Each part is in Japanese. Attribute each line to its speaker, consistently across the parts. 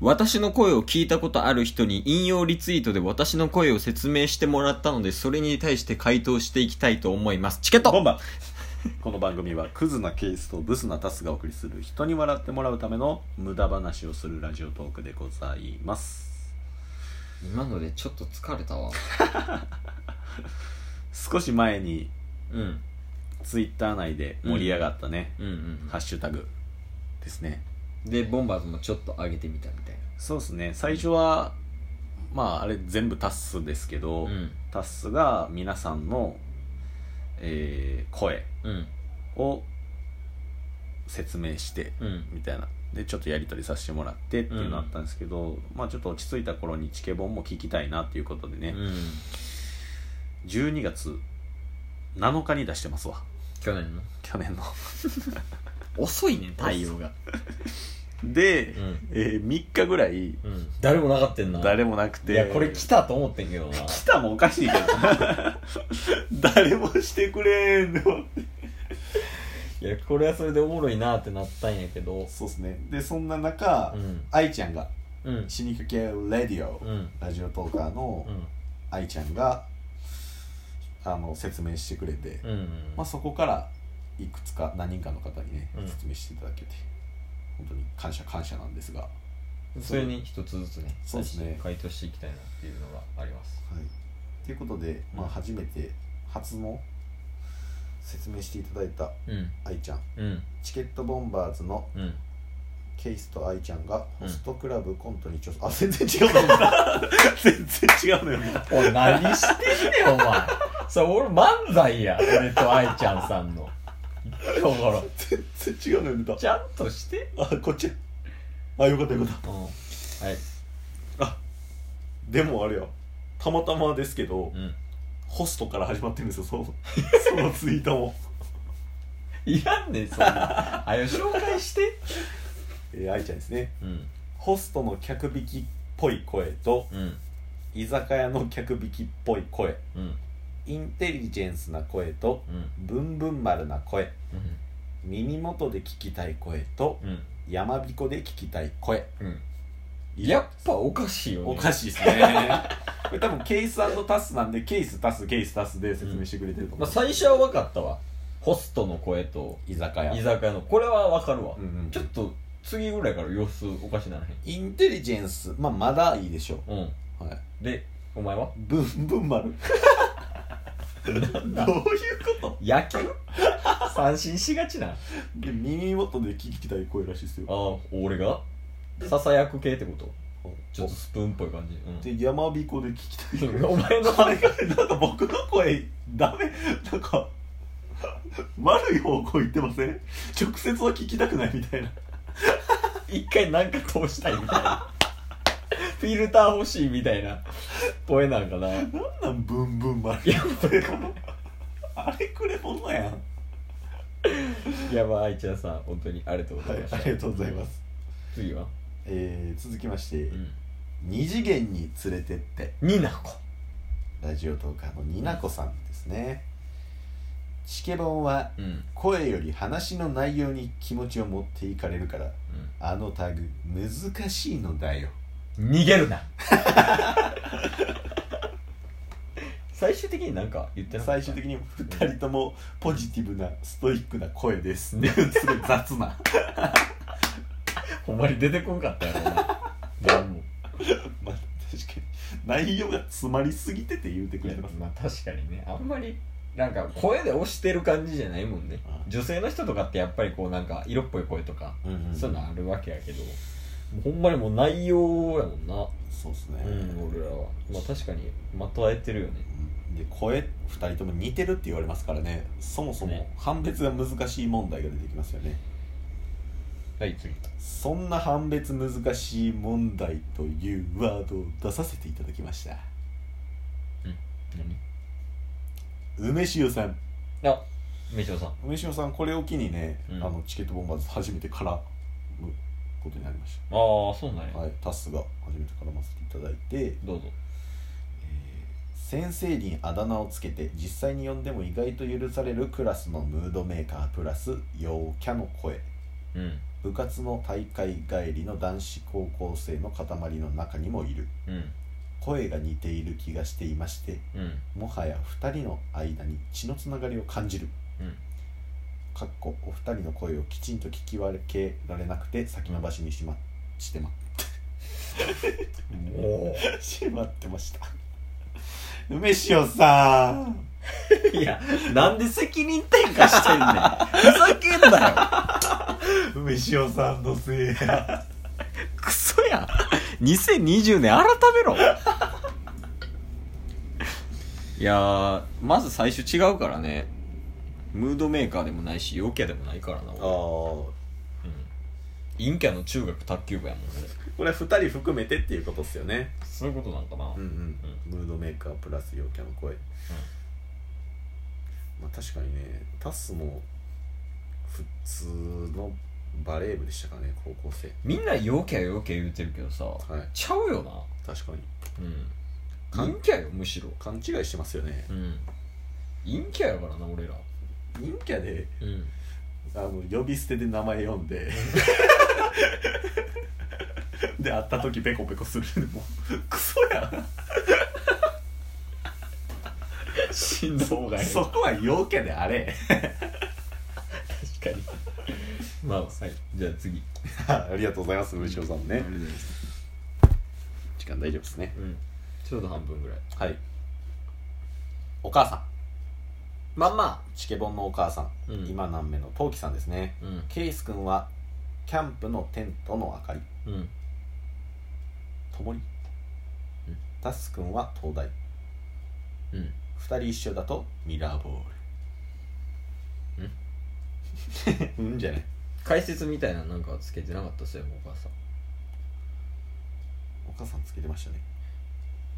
Speaker 1: 私の声を聞いたことある人に引用リツイートで私の声を説明してもらったので、それに対して回答していきたいと思います。チケッ
Speaker 2: こん
Speaker 1: ト
Speaker 2: ばんこの番組はクズなケースとブスなタスがお送りする人に笑ってもらうための無駄話をするラジオトークでございます
Speaker 1: 今のでちょっと疲れたわ。
Speaker 2: 少し前に
Speaker 1: うん。
Speaker 2: ツイッター内で盛り上がったね、
Speaker 1: うんうん
Speaker 2: ハッシュタグですね
Speaker 1: うん。で、ボンバーズもちょっと上げてみたみたい
Speaker 2: そうですね最初はまああれ全部タスですけど、
Speaker 1: な。うん。
Speaker 2: タッスが皆さんの、えー声
Speaker 1: うん。
Speaker 2: を説明して
Speaker 1: うん。
Speaker 2: みたいなでちょっとやり取りさせてもらってっていうのあったんですけど、まあちょっと落ち着いた頃にチケボンも聞きたいなっていうことでね、
Speaker 1: うん。
Speaker 2: 12月7日に出してますわ
Speaker 1: 去年の。
Speaker 2: 去年の
Speaker 1: 遅いね、対応が。
Speaker 2: で、
Speaker 1: うん
Speaker 2: え3日ぐら
Speaker 1: う
Speaker 2: い
Speaker 1: ん。誰もなかったんな。
Speaker 2: 誰もなくて
Speaker 1: いや、これ来たと思ってんけどな。
Speaker 2: 来たもおかし いけど誰もしてくれんでも
Speaker 1: いや、これはそれでおもろいなってなったんやけど。
Speaker 2: そうですねでそんな中
Speaker 1: うん。
Speaker 2: 愛、ちゃんが
Speaker 1: うん。
Speaker 2: 死にかけレディオ、
Speaker 1: うん。
Speaker 2: ラジオトーカーの
Speaker 1: うん。
Speaker 2: 愛ちゃんがあの説明してくれて、
Speaker 1: うん。
Speaker 2: まあ、そこからいくつか何人かの方にね、
Speaker 1: うん
Speaker 2: 説明していただけて本当に感謝感謝なんですが、は
Speaker 1: それに一つずつね、
Speaker 2: そうですね
Speaker 1: 回答していきたいなっていうのがあります。
Speaker 2: い、ということで、まあ、初めて初の説明していただいた
Speaker 1: うん。
Speaker 2: 愛ちゃん
Speaker 1: うん。
Speaker 2: チケットボンバーズの
Speaker 1: うん。
Speaker 2: ケイスと愛ちゃんがホストクラブコントに挑戦、あ全然違うのよな 全然違うのよな
Speaker 1: おい、何してんねん、お前。それ俺漫才や。俺と愛ちゃんさんの。だから、
Speaker 2: 全然違うのよな
Speaker 1: ちゃんとして。
Speaker 2: あこっちあよかったよかった
Speaker 1: うん。はい。
Speaker 2: でもあれよたまたまですけど、
Speaker 1: うん。
Speaker 2: ホストから始まってるんですよそのそのツイートも、
Speaker 1: いらんねん、そんな。あよ、紹介して。
Speaker 2: えー、愛ちゃんですね
Speaker 1: うん。
Speaker 2: ホストの客引きっぽい声と
Speaker 1: うん。
Speaker 2: 居酒屋の客引きっぽい声
Speaker 1: うん。
Speaker 2: インテリジェンスな声と
Speaker 1: うん。
Speaker 2: ブンブン丸な声
Speaker 1: うん。
Speaker 2: 耳元で聞きたい声と
Speaker 1: うん。
Speaker 2: やまびこで聞きたい声
Speaker 1: うん。やっぱおかしいよね。
Speaker 2: おか
Speaker 1: しい。
Speaker 2: しいですねこれ多分ケースタスなんでケースタスケースタスで説明してくれてると思
Speaker 1: ま
Speaker 2: う
Speaker 1: あ、、最初は分かったわ。ホストの声と
Speaker 2: 居酒屋
Speaker 1: 居酒屋の。これは分かるわ
Speaker 2: う。んうん
Speaker 1: ちょっと、次ぐらいから様子おかしなら
Speaker 2: インテリジェンスまあまだいいでしょ
Speaker 1: へん。うん。
Speaker 2: う、はい、
Speaker 1: で、お前 は
Speaker 2: ブンブン丸どういうこと
Speaker 1: 野球三振しがちなあ
Speaker 2: で耳元で聞きたい声らしいですよ
Speaker 1: あ俺がささやく系ってことちょっと
Speaker 2: お
Speaker 1: スプーンっぽい感じ、
Speaker 2: でやまびこで聞きたい
Speaker 1: うんお前の
Speaker 2: あれなんか僕の声ダメなんか悪い方向行ってません直接は聞きたくないみたいな
Speaker 1: 一回なんか通したいみたいなフィルター欲しいみたいな声なんかない
Speaker 2: なんなんブンブン丸
Speaker 1: や
Speaker 2: あれくれものやん
Speaker 1: やばい愛ちゃんさん本当にありがとうござ
Speaker 2: はいい
Speaker 1: ました、
Speaker 2: ありがとうございますす、
Speaker 1: 次は、
Speaker 2: えー、続きまして、
Speaker 1: うん、
Speaker 2: 二次元に連れてって
Speaker 1: ニナコ
Speaker 2: ラジオトーカーのになこさんですねチケボンは
Speaker 1: うん
Speaker 2: 声より話の内容に気持ちを持っていかれるからあのタグ難しいのだよ
Speaker 1: うん逃げるな 最終的になんか言ってなかった
Speaker 2: 最終的に2人ともポジティブなストイックな声ですねすごい雑 な
Speaker 1: ほんまに出てこんかったやろな何も
Speaker 2: まあ確かに内容が詰まりすぎてて言うてく
Speaker 1: い
Speaker 2: れ
Speaker 1: や
Speaker 2: てます
Speaker 1: まあ確かにねあんまりなんか声で押してる感じじゃないもんね
Speaker 2: ああ
Speaker 1: 女性の人とかってやっぱりこうなんか色っぽい声とか、
Speaker 2: うん
Speaker 1: そういうのあるわけやけどもうほんまにもう内容やもんな
Speaker 2: そうですね、
Speaker 1: うん俺らはまあ確かにまとえてるよね
Speaker 2: で声2人とも似てるって言われますからねそもそも
Speaker 1: ね
Speaker 2: 判別が難しい問題が出てきますよね
Speaker 1: はい次
Speaker 2: そんな判別難しい問題というワードを出させていただきました梅塩さん
Speaker 1: 何あみちおさん
Speaker 2: 梅塩さんこれを機にね、
Speaker 1: うん
Speaker 2: あのチケットボンバーズ初めて絡むことになりまし
Speaker 1: ああそうなんや、
Speaker 2: た、はい、タスが初めて絡ませていただいて、
Speaker 1: どうぞ
Speaker 2: えー先生にあだ名をつけて実際に呼んでも意外と許されるクラスのムードメーカープラス陽キャの声
Speaker 1: うん
Speaker 2: 部活の大会帰りの男子高校生の塊の中にもいる
Speaker 1: うん
Speaker 2: 声が似ている気がしていまして
Speaker 1: うん
Speaker 2: もはや2人の間に血のつながりを感じる
Speaker 1: うん
Speaker 2: かっこお二人の声をきちんと聞き分けられなくて先延ばしにしまして ま
Speaker 1: も
Speaker 2: しまってました 梅塩さん
Speaker 1: ういやなんで責任転嫁してんねんふざけんなよ
Speaker 2: 梅塩さんのせいや
Speaker 1: クソや2020年改めろいやーまず最初違うからねムードメーカーでもないし陽キャでもないからな
Speaker 2: あ
Speaker 1: 俺
Speaker 2: こ
Speaker 1: 陰キャの中学卓球部やもん俺
Speaker 2: れ二人含めてっていうことっすよね
Speaker 1: そういうことなんかな、
Speaker 2: うんうんムードメーカープラス陽キャの声、まあ確かにねタッスも普通のバレー部でしたからね高校生
Speaker 1: みんな陽キャ陽キャ言うてるけどさ
Speaker 2: はい
Speaker 1: ちゃうよ
Speaker 2: 確かに
Speaker 1: なうん
Speaker 2: か
Speaker 1: 陰キャよむしろ
Speaker 2: 勘違いしてますよね
Speaker 1: うん陰キャやからな俺ら
Speaker 2: 陰キャで
Speaker 1: う ん
Speaker 2: あの呼び捨てで名前読んで で会った時ペコペコするのもうクソや ん
Speaker 1: 心臓が
Speaker 2: そこは陽キャであれ
Speaker 1: 確かに まあはいじゃあ次
Speaker 2: ありがとうございます文章さんね
Speaker 1: う
Speaker 2: 時間大丈夫ですね
Speaker 1: んちょうど半分ぐらい
Speaker 2: はいお母さん
Speaker 1: まあま
Speaker 2: チケボンのお母さん、
Speaker 1: うん
Speaker 2: 今何目のトウキさんですね
Speaker 1: あうん
Speaker 2: ケイス君はキャンプのテントの明かり
Speaker 1: うん
Speaker 2: ともりタス君は灯台
Speaker 1: うん
Speaker 2: 二人一緒だとミラーボー ルうんうんじゃない
Speaker 1: 解説みたいななんかつけてなかったそういえばお母さん
Speaker 2: お母さんつけてましたね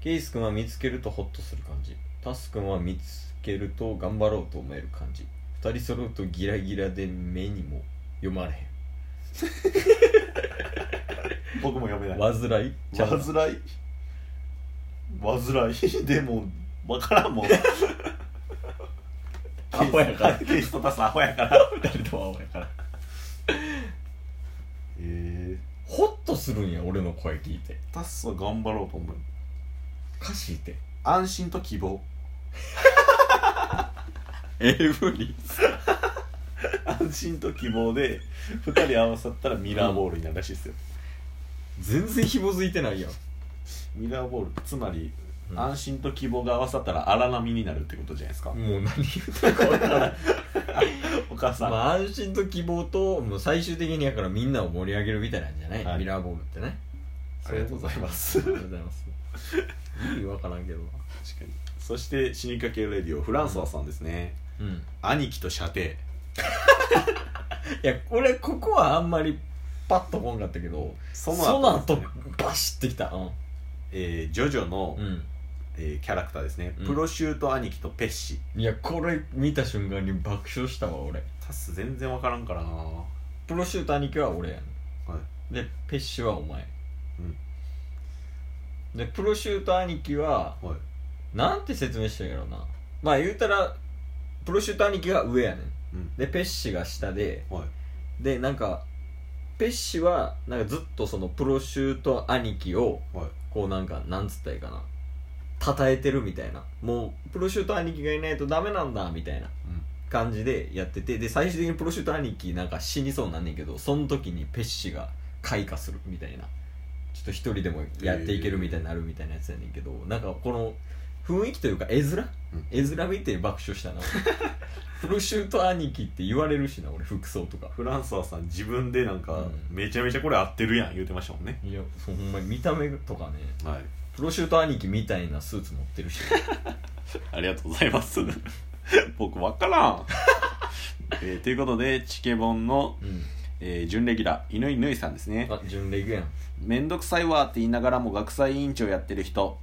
Speaker 1: ケイス君は見つけるとホッとする感じタス君は見つけると頑張ろうと思える感じ二人揃うとギラギラで目にも読まれへ
Speaker 2: 僕も読めなんい
Speaker 1: 煩いちゃうな
Speaker 2: 煩い煩いで もわからんもん
Speaker 1: アホや から
Speaker 2: ケイスとタスアホやから
Speaker 1: 誰とは俺から
Speaker 2: え
Speaker 1: ホッとするんや俺の声聞いて
Speaker 2: タスは頑張ろうと思う
Speaker 1: 歌詞って
Speaker 2: 安心と希望
Speaker 1: エブリ
Speaker 2: 安心と希望で2人合わさったらミラーボールになるらしいですよ、
Speaker 1: 全然ひもづいてないやん
Speaker 2: ミラーボールつまり、
Speaker 1: うん
Speaker 2: 安心と希望が合わさったら荒波になるってことじゃないですか、
Speaker 1: もう何言ってるか分からん
Speaker 2: お母さん、
Speaker 1: まあ安心と希望ともう最終的にやからみんなを盛り上げるみたいなんじゃない、
Speaker 2: はい
Speaker 1: ミラーボールってね
Speaker 2: ありがとうございます
Speaker 1: そういうことありがとうございます 意味分からんけどな
Speaker 2: 確かにそして死にかけレディオフランソワさんですね、
Speaker 1: うん
Speaker 2: 兄貴と射程
Speaker 1: いや俺ここはあんまりパッとこんかったけど
Speaker 2: そ
Speaker 1: そ
Speaker 2: の
Speaker 1: の
Speaker 2: 後
Speaker 1: 後
Speaker 2: ですね
Speaker 1: バシッてきたうん
Speaker 2: えージョジョの、
Speaker 1: うん
Speaker 2: えーキャラクターですね、
Speaker 1: うん
Speaker 2: プロシュート兄貴とペッシ
Speaker 1: いやこれ見た瞬間に爆笑したわ俺
Speaker 2: タス全然わからんからなは
Speaker 1: プロシュート兄貴は俺やねんでペッシュはお前
Speaker 2: うん
Speaker 1: でプロシュート兄貴はい
Speaker 2: はい
Speaker 1: なんて説明したらいいんやろなまあ言うたらプロシュート兄貴が上やねん
Speaker 2: うん
Speaker 1: でペッシュが下で
Speaker 2: はい
Speaker 1: でなんかペッシュはなんかずっとそのプロシュート兄貴を
Speaker 2: はい
Speaker 1: こうなんかなんつったらいいかな称えてるみたいなもうプロシュート兄貴がいないとダメなんだみたいな
Speaker 2: うん
Speaker 1: 感じでやっててで最終的にプロシュート兄貴なんか死にそうになんねんけどその時にペッシが開花するみたいなちょっと一人でもやっていけるみたいになるみたいなやつやねんけど、なんかこの雰囲気というか絵面、
Speaker 2: ん
Speaker 1: 絵面見て爆笑したなプロシュート兄貴って言われるしな俺服装とか
Speaker 2: フランソワさん自分でなんか、
Speaker 1: うん
Speaker 2: めちゃめちゃこれ合ってるやん言うてましたもんね
Speaker 1: いやほんまに見た目とかね
Speaker 2: はい
Speaker 1: プロシュート兄貴みたいなスーツ持ってるし
Speaker 2: ありがとうございます。 僕わからん。 えーということで、チケボンの、
Speaker 1: うん
Speaker 2: えー準レギュラー、犬井ぬいさんですね。
Speaker 1: あ純レギュやん、
Speaker 2: めんどくさいわって言いながらも学祭委員長やってる人、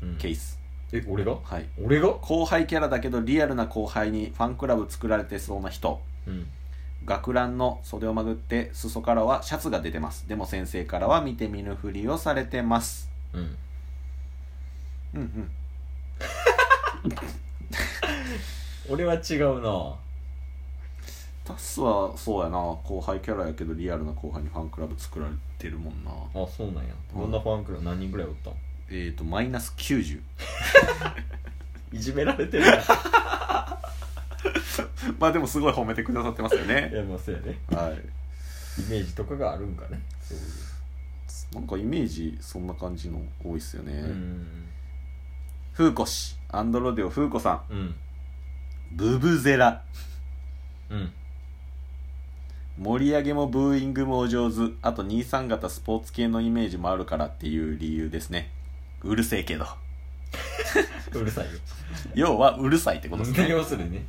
Speaker 1: うん
Speaker 2: ケイス。
Speaker 1: え俺が
Speaker 2: はい。
Speaker 1: 俺が
Speaker 2: 後輩キャラだけどリアルな後輩にファンクラブ作られてそうな人。
Speaker 1: うん
Speaker 2: 学ランの袖をまぐって裾からはシャツが出てます。でも先生からは見て見ぬふりをされてます。
Speaker 1: うん
Speaker 2: うんうん。
Speaker 1: 俺は違うな
Speaker 2: タスはそうやな後輩キャラやけどリアルな後輩にファンクラブ作られてるもんな
Speaker 1: あそうなんやどんなファンクラブ何人ぐらいおったん
Speaker 2: えっ、ー、とマイナス90
Speaker 1: いじめられてるやん い
Speaker 2: まあでもすごい褒めてくださってますよね
Speaker 1: やまあそうやね
Speaker 2: はい
Speaker 1: イメージとかがあるんかねそういう
Speaker 2: なんかイメージそんな感じの多いっすよね、
Speaker 1: うん
Speaker 2: フーコ氏アンドロデオフーコさん
Speaker 1: うん
Speaker 2: ブブゼラ
Speaker 1: うん
Speaker 2: 盛り上げもブーイングもお上手あと23型スポーツ系のイメージもあるからっていう理由ですねうるせえけど
Speaker 1: うるさいよ
Speaker 2: 要はうるさいってことですね、
Speaker 1: 要するにね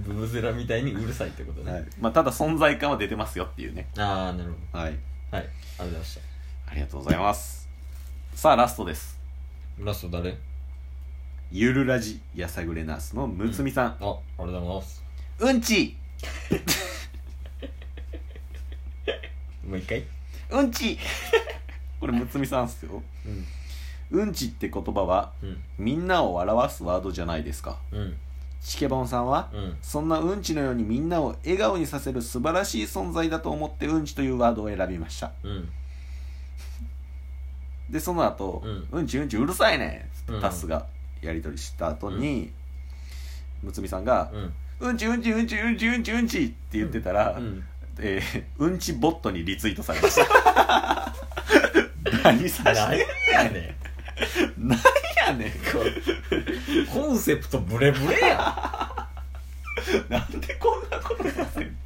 Speaker 1: ブブゼラみたいにうるさいってことね、
Speaker 2: はいまあ、ただ存在感は出てますよっていうね
Speaker 1: ああなるほ
Speaker 2: はい
Speaker 1: どはいありがとうございまし
Speaker 2: ありがとうございますさあラストです
Speaker 1: たラスト誰
Speaker 2: ゆるラジやさぐれナースのむつみさん、
Speaker 1: あありがとうございます
Speaker 2: うん、ち
Speaker 1: もう一回
Speaker 2: うんち これむつみさんっすよ
Speaker 1: うん
Speaker 2: うんちって言葉は
Speaker 1: うん
Speaker 2: みんなを表すワードじゃないですか
Speaker 1: うん
Speaker 2: チケボンさんは、
Speaker 1: うん
Speaker 2: そんなうんちのようにみんなを笑顔にさせる素晴らしい存在だと思ってうんちというワードを選びました
Speaker 1: うん
Speaker 2: でその後、
Speaker 1: うん
Speaker 2: うん、ちうんちうるさいねっつっ
Speaker 1: うん
Speaker 2: てタスがやり取りした後に、むつみさんが
Speaker 1: うん
Speaker 2: 「うんちうんちうんちうんちうんちうんち」って言ってたら、
Speaker 1: うん
Speaker 2: えーうんちボットにリツイートされました 何さし
Speaker 1: 何
Speaker 2: て
Speaker 1: やねん
Speaker 2: 何やねん
Speaker 1: これ コンセプトブレブレや
Speaker 2: なんでこんなことさせん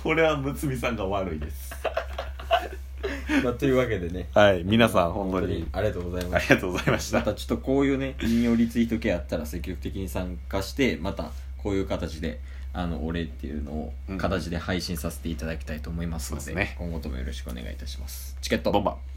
Speaker 2: これはむつみさんが悪いです
Speaker 1: ん、まあ、というわけでね
Speaker 2: はい皆さん本当に
Speaker 1: ありがとうござい
Speaker 2: あ
Speaker 1: ま
Speaker 2: り
Speaker 1: す
Speaker 2: がとうございまし
Speaker 1: ま
Speaker 2: た
Speaker 1: たちょっとこういうね引用リツイート系あったら積極的に参加してまたこういう形であのお礼っていうのを
Speaker 2: うん
Speaker 1: 形で配信させていただきたいと思いますので,、
Speaker 2: そうですね
Speaker 1: 今後ともよろしくお願いいたしますチケット
Speaker 2: ボンバー